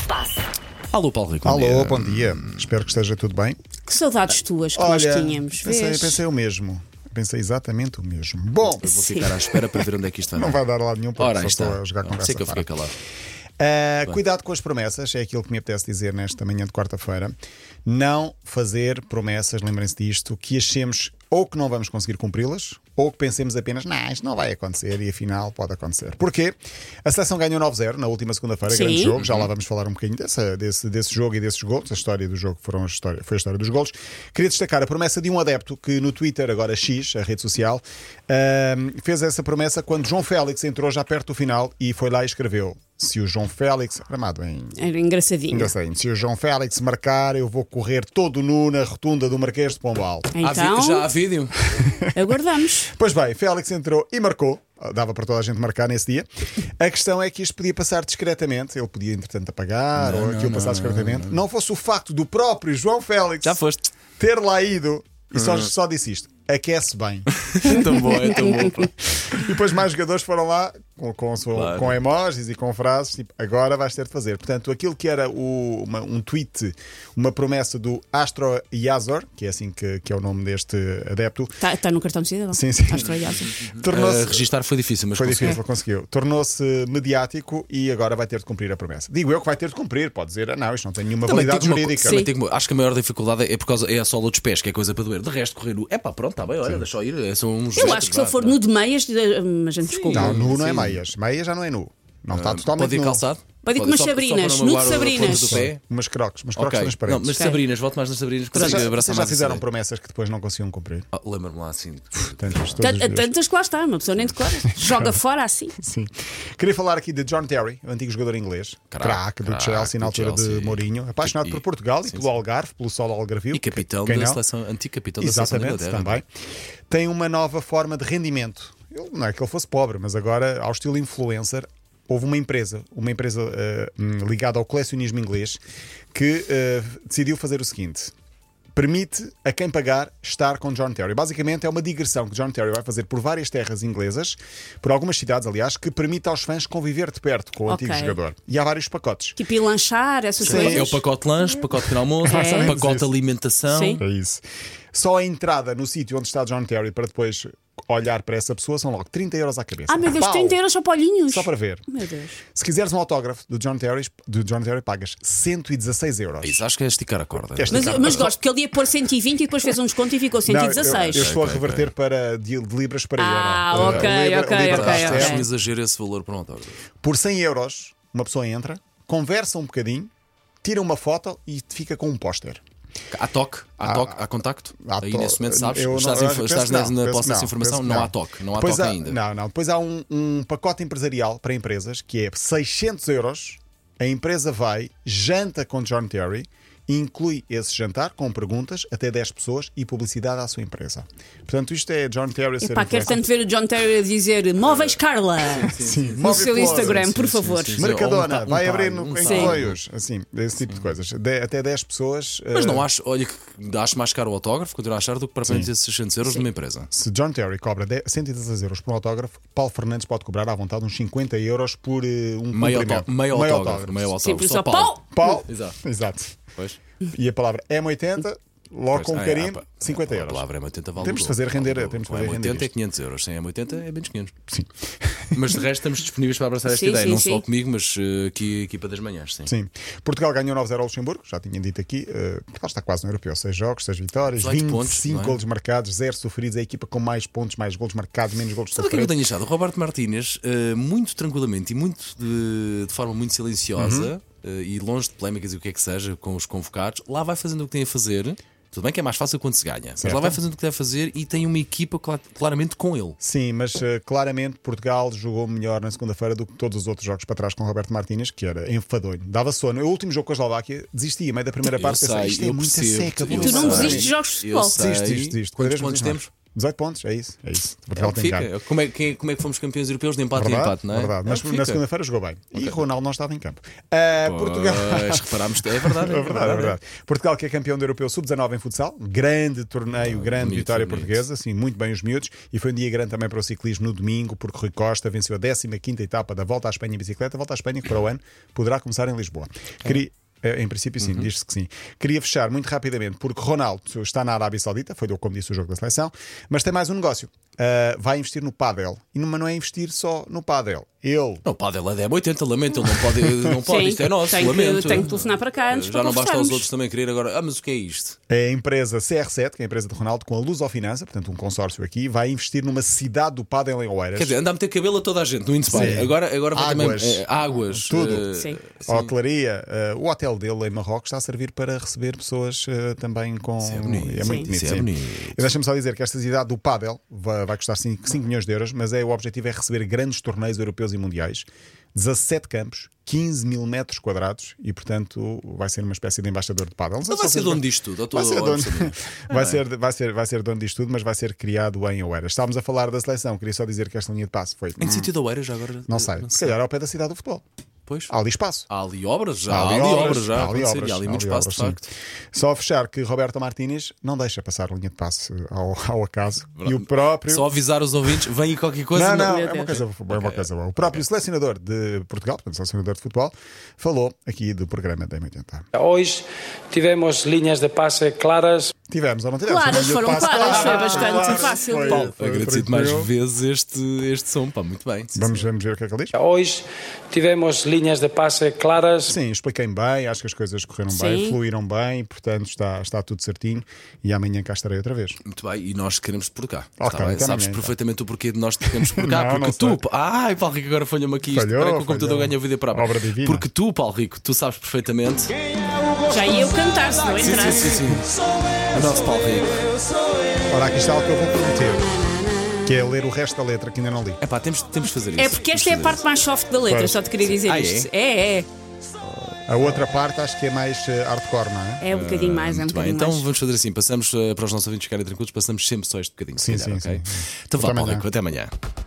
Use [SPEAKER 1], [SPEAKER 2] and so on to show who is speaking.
[SPEAKER 1] se passa.
[SPEAKER 2] Alô, Paulo Rico. bom
[SPEAKER 3] Alô,
[SPEAKER 2] dia.
[SPEAKER 3] bom dia. Espero que esteja tudo bem.
[SPEAKER 1] Que saudades tuas que nós tínhamos.
[SPEAKER 3] pensei,
[SPEAKER 1] vês?
[SPEAKER 3] pensei o mesmo. Pensei exatamente o mesmo. Bom,
[SPEAKER 2] Eu vou
[SPEAKER 1] Sim.
[SPEAKER 2] ficar à espera para ver onde é que isto vai.
[SPEAKER 3] não vai dar lá nenhum porque
[SPEAKER 2] Ora,
[SPEAKER 3] só
[SPEAKER 2] aí
[SPEAKER 3] estou
[SPEAKER 2] está.
[SPEAKER 3] a jogar
[SPEAKER 2] Não,
[SPEAKER 3] conversa.
[SPEAKER 2] sei que eu
[SPEAKER 3] fora.
[SPEAKER 2] fiquei calado.
[SPEAKER 3] Ah, cuidado com as promessas, é aquilo que me apetece dizer nesta manhã de quarta-feira. Não fazer promessas, lembrem-se disto, que achemos ou que não vamos conseguir cumpri-las, ou que pensemos apenas, não, isto não vai acontecer e afinal pode acontecer. Porquê? A seleção ganhou 9-0 na última segunda-feira,
[SPEAKER 1] Sim.
[SPEAKER 3] grande jogo, já lá vamos falar um bocadinho dessa- desse, desse jogo e desses gols. A história do jogo foram a história, foi a história dos gols. Queria destacar a promessa de um adepto que no Twitter, agora X, a rede social, ahm, fez essa promessa quando João Félix entrou já perto do final e foi lá e escreveu: Se o João Félix. Ramado em.
[SPEAKER 1] Era engraçadinho.
[SPEAKER 3] Engraçadinho. Se o João Félix marcar, eu vou correr todo nu na rotunda do Marquês de Pombal.
[SPEAKER 2] Há vi- já há
[SPEAKER 1] Então,
[SPEAKER 2] vídeo.
[SPEAKER 1] aguardamos.
[SPEAKER 3] Pois bem, Félix entrou e marcou. Ah, Dava para toda a gente marcar nesse dia. A questão é que isto podia passar discretamente. Ele podia, entretanto, apagar ou aquilo passar discretamente. Não, fosse o facto do próprio João Félix
[SPEAKER 2] Já foste.
[SPEAKER 3] ter lá ido e só, só disse isto: aquece bem.
[SPEAKER 2] tão bom, é tão bom. pá.
[SPEAKER 3] e depois mais jogadores foram lá com, com, a sua-
[SPEAKER 2] Claro.
[SPEAKER 3] com emojis e com frases tipo: agora vais ter de fazer. Portanto, aquilo que era o- uma- um tweet, uma promessa do Astro Yazor, que é assim que, que é o nome deste adepto,
[SPEAKER 1] Está Tá, no cartão de cidadão. Tá
[SPEAKER 3] Sim, sim.
[SPEAKER 1] Estás tralhado.
[SPEAKER 3] tornou-se.
[SPEAKER 1] Eh,
[SPEAKER 2] Ah, registar foi difícil, mas
[SPEAKER 3] Foi
[SPEAKER 2] consegui.
[SPEAKER 3] difícil, conseguiu. Tornou-se mediático e agora vai ter de cumprir a promessa. Digo eu que vai ter de cumprir, pode dizer, ah, não, isto não tem nenhuma
[SPEAKER 2] Também
[SPEAKER 3] validade
[SPEAKER 2] digo uma
[SPEAKER 3] jurídica.
[SPEAKER 2] co- também
[SPEAKER 1] Sim.
[SPEAKER 2] digo uma- acho que a maior dificuldade é por causa é a sola dos pés, que é coisa para doer. De resto, correr nu. É pá, pronto, está bem, olha, deixa eu ir. é, São uns
[SPEAKER 1] Eu
[SPEAKER 2] gestos,
[SPEAKER 1] acho que se
[SPEAKER 2] vá,
[SPEAKER 1] eu for
[SPEAKER 2] vá.
[SPEAKER 1] nu de meias, eh, mas gente desculpa.
[SPEAKER 3] Não, nu não é
[SPEAKER 2] Sim. Ah,
[SPEAKER 3] meias. Meias já não é nu. Não está totalmente
[SPEAKER 2] Pode ir
[SPEAKER 3] nu.
[SPEAKER 2] calçado?
[SPEAKER 1] Pode ir com umas
[SPEAKER 2] só- só para
[SPEAKER 1] sabrinas,
[SPEAKER 2] não
[SPEAKER 1] nude
[SPEAKER 2] magoar a ponta
[SPEAKER 1] sabrinas.
[SPEAKER 2] do pé?
[SPEAKER 3] Umas crocs, umas crocs
[SPEAKER 2] Ok.
[SPEAKER 3] transparentes.
[SPEAKER 2] Não, mas
[SPEAKER 1] Ok.
[SPEAKER 2] Sabrinas, volto mais nas Sabrinas,
[SPEAKER 3] Vocês
[SPEAKER 2] consigo
[SPEAKER 3] já,
[SPEAKER 2] abraçar
[SPEAKER 3] vocês
[SPEAKER 2] mais.
[SPEAKER 3] já fizeram
[SPEAKER 2] essa ideia.
[SPEAKER 3] promessas que depois não conseguiam cumprir.
[SPEAKER 2] Ah, Lembro-me lá assim.
[SPEAKER 3] Tantas, todas
[SPEAKER 1] Tant-
[SPEAKER 3] as vezes.
[SPEAKER 1] Tantas que lá está, uma pessoa nem decora. Joga fora assim.
[SPEAKER 3] Sim. Queria falar aqui de John Terry, o antigo jogador inglês,
[SPEAKER 2] Craque,
[SPEAKER 3] craque do
[SPEAKER 2] craque
[SPEAKER 3] Chelsea na
[SPEAKER 2] do
[SPEAKER 3] altura
[SPEAKER 2] Chelsea.
[SPEAKER 3] de Mourinho, apaixonado
[SPEAKER 2] E-
[SPEAKER 3] por Portugal e
[SPEAKER 2] sim,
[SPEAKER 3] pelo
[SPEAKER 2] sim.
[SPEAKER 3] Algarve, pelo solo Algarvio.
[SPEAKER 2] E capitão
[SPEAKER 3] Quem
[SPEAKER 2] da
[SPEAKER 3] não?
[SPEAKER 2] seleção, anticapitão da seleção da
[SPEAKER 3] Exatamente,
[SPEAKER 2] Inglaterra.
[SPEAKER 3] também. Tem uma nova forma de rendimento. Ele- não é que ele fosse pobre, mas agora, ao estilo influencer, houve uma empresa, uma empresa eh, hum, ligada ao colecionismo inglês, que eh, decidiu fazer o seguinte. Permite a quem pagar estar com John Terry. Basicamente é uma digressão que John Terry vai fazer por várias terras inglesas, por algumas cidades, aliás, que permite aos fãs conviver de perto com o
[SPEAKER 1] Ok.
[SPEAKER 3] antigo jogador. E há vários pacotes.
[SPEAKER 1] Tipo ir lanchar, essas
[SPEAKER 3] Sim.
[SPEAKER 1] coisas.
[SPEAKER 2] É o pacote de lanche, pacote de almoço,
[SPEAKER 1] É.
[SPEAKER 2] pacote de
[SPEAKER 3] Isso.
[SPEAKER 2] alimentação.
[SPEAKER 1] Sim.
[SPEAKER 3] É isso. Só a entrada no sítio onde está John Terry para depois olhar para essa pessoa são logo 30 euros à cabeça.
[SPEAKER 1] Ah, meu Deus,
[SPEAKER 3] Pau!
[SPEAKER 1] 30 euros só para olhinhos.
[SPEAKER 3] Só para ver.
[SPEAKER 1] Meu Deus.
[SPEAKER 3] Se quiseres um autógrafo do John Terry, do John Terry pagas 116 euros.
[SPEAKER 2] Isso, acho que é esticar a corda.
[SPEAKER 3] Este-
[SPEAKER 1] Mas, mas gosto, porque ele ia pôr 120 e depois fez um desconto e ficou
[SPEAKER 3] Não,
[SPEAKER 1] 116.
[SPEAKER 3] eu, eu estou a
[SPEAKER 2] Ok,
[SPEAKER 3] reverter para de, de libras para
[SPEAKER 1] Ah,
[SPEAKER 3] euro.
[SPEAKER 1] ok,
[SPEAKER 3] Eh, libra-
[SPEAKER 1] ok,
[SPEAKER 3] libra
[SPEAKER 1] ok,
[SPEAKER 3] para
[SPEAKER 1] ok.
[SPEAKER 3] euro.
[SPEAKER 2] Acho um exagero esse valor para um autógrafo.
[SPEAKER 3] Por 100 euros, uma pessoa entra, conversa um bocadinho, tira uma foto e fica com um póster.
[SPEAKER 2] Há toque? Há toque? Há contacto?
[SPEAKER 3] Ah, Há
[SPEAKER 2] Aí
[SPEAKER 3] to-
[SPEAKER 2] nesse momento sabes?
[SPEAKER 3] Eu não-
[SPEAKER 2] estás
[SPEAKER 3] eu
[SPEAKER 2] em-
[SPEAKER 3] acho- penso
[SPEAKER 2] estás
[SPEAKER 3] que não,
[SPEAKER 2] na- na
[SPEAKER 3] penso
[SPEAKER 2] posse
[SPEAKER 3] que
[SPEAKER 2] dessa
[SPEAKER 3] não,
[SPEAKER 2] informação?
[SPEAKER 3] penso
[SPEAKER 2] Não
[SPEAKER 3] que
[SPEAKER 2] há toque. Não há
[SPEAKER 3] Depois
[SPEAKER 2] toque ainda.
[SPEAKER 3] Não, não. Depois há um, um pacote empresarial para empresas que é 600 euros. A empresa vai, janta com John Terry, inclui esse jantar com perguntas, até 10 pessoas e publicidade à sua empresa. Portanto, isto é John Terry ser
[SPEAKER 1] Epá, quero
[SPEAKER 3] influencer.
[SPEAKER 1] tanto ver o John Terry a dizer móveis Carla no
[SPEAKER 3] Móvel
[SPEAKER 1] seu
[SPEAKER 3] Flores.
[SPEAKER 1] Instagram, por
[SPEAKER 2] sim, sim,
[SPEAKER 1] favor.
[SPEAKER 2] sim, sim.
[SPEAKER 3] Mercadona,
[SPEAKER 2] Ou um ta- um
[SPEAKER 3] vai
[SPEAKER 2] pai,
[SPEAKER 3] abrir
[SPEAKER 2] um
[SPEAKER 3] no, em
[SPEAKER 2] pai.
[SPEAKER 3] Correios, assim, esse tipo de coisas. De- até 10 pessoas.
[SPEAKER 2] Mas
[SPEAKER 3] eh,
[SPEAKER 2] não acho, olha, que acho mais caro o autógrafo, continuo a achar, do que para vender 600 euros numa empresa.
[SPEAKER 3] Se John Terry cobra 10 116 euros por um autógrafo, Paulo Fernandes pode cobrar à vontade uns 50 euros por eh, um
[SPEAKER 2] Meio,
[SPEAKER 3] cumprimento.
[SPEAKER 2] auto- meio autógrafo. Meio
[SPEAKER 1] Sim, por
[SPEAKER 2] autógrafo.
[SPEAKER 1] isso,
[SPEAKER 2] Só
[SPEAKER 1] pau!
[SPEAKER 2] pau.
[SPEAKER 3] Paulo,
[SPEAKER 2] Exato.
[SPEAKER 3] exato.
[SPEAKER 2] Pois.
[SPEAKER 3] E a palavra M80, logo
[SPEAKER 2] Pois,
[SPEAKER 3] com
[SPEAKER 2] ah,
[SPEAKER 3] carinho,
[SPEAKER 2] ah, pá,
[SPEAKER 3] 50 euros.
[SPEAKER 2] A palavra M80 vale
[SPEAKER 3] Temos de
[SPEAKER 2] o dobro,
[SPEAKER 3] fazer
[SPEAKER 2] vale
[SPEAKER 3] render-
[SPEAKER 2] o dobro.
[SPEAKER 3] temos de
[SPEAKER 2] Com
[SPEAKER 3] fazer render
[SPEAKER 2] M80 é
[SPEAKER 3] isto.
[SPEAKER 2] 500 euros, sem M80 é menos 500. Sim. Mas de resto estamos disponíveis para abraçar esta
[SPEAKER 1] Sim,
[SPEAKER 2] ideia,
[SPEAKER 1] sim,
[SPEAKER 2] não
[SPEAKER 1] sim.
[SPEAKER 2] só comigo, mas eh, aqui a equipa das manhãs. Sim.
[SPEAKER 3] Sim. Portugal ganhou 9-0 ao Luxemburgo, já tinha dito aqui. eh, Portugal está quase no europeu. 6 jogos, 6 vitórias,
[SPEAKER 2] 18
[SPEAKER 3] 25
[SPEAKER 2] pontos, não é?
[SPEAKER 3] golos marcados, 0 sofridos. É a equipa com mais pontos, mais golos marcados, menos golos
[SPEAKER 2] Sabe o que é que eu
[SPEAKER 3] sofridos.
[SPEAKER 2] tenho achado? O Roberto Martínez, eh, muito tranquilamente e muito de, de forma muito silenciosa
[SPEAKER 3] Uhum.
[SPEAKER 2] eh, e longe de polémicas e o que é que seja com os convocados, lá vai fazendo o que tem a fazer. Tudo bem que é mais fácil quando se ganha, mas
[SPEAKER 3] Certo.
[SPEAKER 2] lá vai fazendo o que deve fazer e tem uma equipa cla- claramente com ele.
[SPEAKER 3] Sim, mas eh, claramente Portugal jogou melhor na segunda-feira do que todos os outros jogos para trás com Roberto Martínez, que era enfadonho. Dava sono. Eu, O último jogo com a Eslováquia desistia, meio da primeira
[SPEAKER 2] Eu
[SPEAKER 3] parte, pensei,
[SPEAKER 2] sei,
[SPEAKER 3] isto é
[SPEAKER 2] eu
[SPEAKER 3] muita
[SPEAKER 2] percebo,
[SPEAKER 3] seca.
[SPEAKER 2] eu
[SPEAKER 3] vou
[SPEAKER 1] tu não
[SPEAKER 3] lançar."
[SPEAKER 2] sei,
[SPEAKER 1] desistes de jogos de
[SPEAKER 2] eu
[SPEAKER 1] futebol.
[SPEAKER 2] sei.
[SPEAKER 3] Desiste,
[SPEAKER 2] Quantos
[SPEAKER 3] desiste. Cada vez
[SPEAKER 2] pontos
[SPEAKER 3] mais.
[SPEAKER 2] temos?
[SPEAKER 3] 18 pontos, é isso. É isso.
[SPEAKER 2] É
[SPEAKER 3] Portugal
[SPEAKER 2] o que
[SPEAKER 3] tem que ganhar.
[SPEAKER 2] fica. Como é, quem- como é que fomos campeões europeus de empate em empate, não é?
[SPEAKER 3] verdade.
[SPEAKER 2] É
[SPEAKER 3] Mas
[SPEAKER 2] o que
[SPEAKER 3] na
[SPEAKER 2] fica.
[SPEAKER 3] segunda-feira jogou bem. E Ronaldo não estava em campo. Ah, Portugal.
[SPEAKER 2] Pois, reparámos, é verdade.
[SPEAKER 3] É verdade, é verdade. Portugal que é campeão do Europeu Sub-19 em futsal, grande torneio, grande
[SPEAKER 2] bonito,
[SPEAKER 3] vitória
[SPEAKER 2] bonito.
[SPEAKER 3] portuguesa, assim, muito bem os miúdos, e foi um dia grande também para o ciclismo no domingo, porque Rui Costa venceu a 15ª etapa da Volta à Espanha em bicicleta, a Volta à Espanha que para o ano poderá começar em Lisboa.
[SPEAKER 2] É.
[SPEAKER 3] Queria- eh, Em princípio,
[SPEAKER 2] Uhum.
[SPEAKER 3] sim, diz-se que sim. Queria fechar muito rapidamente, porque Ronaldo está na Arábia Saudita, foi como disse o jogo da seleção, mas tem mais um negócio. Ah, vai investir no Padel. E não- mas não é investir só no Padel. Ele
[SPEAKER 2] Não, pá, dela é 80, lamento, ele não pode, não pode
[SPEAKER 1] Sim,
[SPEAKER 2] isto é nosso,
[SPEAKER 1] tenho que-
[SPEAKER 2] lamento. Eh,
[SPEAKER 1] tenho que telefonar para cá antes
[SPEAKER 2] Já
[SPEAKER 1] para
[SPEAKER 2] não basta aos
[SPEAKER 1] conversarmos.
[SPEAKER 2] outros também querer agora, ah, mas o que é isto?
[SPEAKER 3] A empresa CR7, que é a empresa de Ronaldo, com a Luz ao Finança, portanto um consórcio aqui, vai investir numa cidade do Padel em Oeiras.
[SPEAKER 2] Quer dizer, anda a meter cabelo a toda a gente no Inspire.
[SPEAKER 3] Sim.
[SPEAKER 2] Agora, agora vai
[SPEAKER 3] Águas.
[SPEAKER 2] também eh, águas.
[SPEAKER 3] Tudo.
[SPEAKER 2] eh,
[SPEAKER 1] Sim.
[SPEAKER 3] a hotelaria, eh, o hotel dele em Marrocos está a servir para receber pessoas eh, também com.
[SPEAKER 2] é bonito.
[SPEAKER 3] muito
[SPEAKER 2] Sim. Isso é
[SPEAKER 3] sim.
[SPEAKER 2] bonito.
[SPEAKER 3] E Deixa-me só dizer que esta cidade do Padel vai, vai custar 5, milhões de euros, mas é, o objetivo é receber grandes torneios europeus e mundiais, 17 campos, 15 mil metros quadrados e, portanto, vai ser uma espécie de embaixador de Padel. Não sei
[SPEAKER 2] Ele
[SPEAKER 3] se
[SPEAKER 2] vai ser
[SPEAKER 3] vocês
[SPEAKER 2] dono
[SPEAKER 3] gostam-
[SPEAKER 2] disto tudo. ou tu-
[SPEAKER 3] Vai ser,
[SPEAKER 2] ou
[SPEAKER 3] dono,
[SPEAKER 2] absolutamente.
[SPEAKER 3] vai, ser, vai, ser, vai ser dono disto tudo, mas vai ser criado em Oeiras. Estávamos a falar da seleção, queria só dizer que esta linha de passo foi.
[SPEAKER 2] Em que sítio da Oeira já agora?
[SPEAKER 3] Hum. Não sei. Se calhar ao pé da cidade do futebol.
[SPEAKER 2] Pois.
[SPEAKER 3] Há ali espaço.
[SPEAKER 2] Há ali obras já. Há ali obras já. a acontecer, e Há ali muito espaço, de
[SPEAKER 3] obras,
[SPEAKER 2] facto.
[SPEAKER 3] sim. Só a fechar que Roberto Martínez não deixa passar a linha de passo ao, ao acaso. E o próprio.
[SPEAKER 2] Só avisar os ouvintes, vem aí qualquer coisa.
[SPEAKER 3] Não, não,
[SPEAKER 1] Meu
[SPEAKER 3] é uma
[SPEAKER 1] Deus.
[SPEAKER 3] coisa, boa, é uma coisa boa. O próprio selecionador de Portugal, portanto, selecionador de futebol, falou aqui do programa da M80.
[SPEAKER 4] Hoje tivemos linhas de passe claras,
[SPEAKER 3] Tivemos ou não tivemos?
[SPEAKER 1] Claras,
[SPEAKER 3] Uma linha de
[SPEAKER 1] foram
[SPEAKER 3] passo
[SPEAKER 1] claras,
[SPEAKER 3] clara.
[SPEAKER 1] foi bastante
[SPEAKER 3] Claras,
[SPEAKER 1] fácil.
[SPEAKER 3] foi-
[SPEAKER 2] Paulo,
[SPEAKER 3] foi
[SPEAKER 2] agradecido mais
[SPEAKER 3] tranquilo.
[SPEAKER 2] vezes este, este som. Pá, muito bem. Sim,
[SPEAKER 3] Vamos, vamos ver o que é que ele diz.
[SPEAKER 4] hoje tivemos linhas de passe claras.
[SPEAKER 3] Sim, expliquei bem, acho que as coisas correram bem,
[SPEAKER 1] Sim.
[SPEAKER 3] fluíram bem, portanto está, está tudo certinho e amanhã cá estarei outra vez.
[SPEAKER 2] Muito bem, e nós queremos por cá.
[SPEAKER 3] Ok,
[SPEAKER 2] Está bem?
[SPEAKER 3] até
[SPEAKER 2] Sabes
[SPEAKER 3] amanhã,
[SPEAKER 2] perfeitamente o porquê de nós te queremos por cá.
[SPEAKER 3] Não,
[SPEAKER 2] porque
[SPEAKER 3] não sei.
[SPEAKER 2] tu, Paulo- ai Paulo Rico, agora falha-me aqui isto.
[SPEAKER 3] Falhou,
[SPEAKER 2] Espera que o computador
[SPEAKER 3] falhou.
[SPEAKER 2] ganha vida própria.
[SPEAKER 3] Obra divina.
[SPEAKER 2] Porque tu, Paulo Rico, tu sabes perfeitamente.
[SPEAKER 1] Já ia eu cantar se não
[SPEAKER 2] Sim, sim,
[SPEAKER 1] entrasse.
[SPEAKER 2] sim, sim. O nosso Paulo Rico.
[SPEAKER 3] Ora, aqui está o que eu vou prometer, que é ler o resto da letra que ainda não li.
[SPEAKER 2] É pá, temos, temos de fazer isso.
[SPEAKER 1] É porque esta é a
[SPEAKER 2] Temos
[SPEAKER 1] parte
[SPEAKER 2] de fazer
[SPEAKER 1] mais soft da letra,
[SPEAKER 3] Pois.
[SPEAKER 1] só te queria dizer
[SPEAKER 2] Ah, é?
[SPEAKER 1] isto. É, é.
[SPEAKER 3] A outra parte acho que é mais eh, hardcore, não é?
[SPEAKER 1] É um bocadinho mais, é um
[SPEAKER 2] Ah, Muito bem,
[SPEAKER 1] bocadinho
[SPEAKER 2] então
[SPEAKER 1] mais.
[SPEAKER 2] vamos fazer assim: passamos eh, para os nossos ouvintes ficarem tranquilos, passamos sempre só este bocadinho. se
[SPEAKER 3] Sim,
[SPEAKER 2] calhar,
[SPEAKER 3] sim,
[SPEAKER 2] ok?
[SPEAKER 3] sim.
[SPEAKER 2] Então vá,
[SPEAKER 3] Até
[SPEAKER 2] Paulo
[SPEAKER 3] amanhã.
[SPEAKER 2] Rico, até amanhã.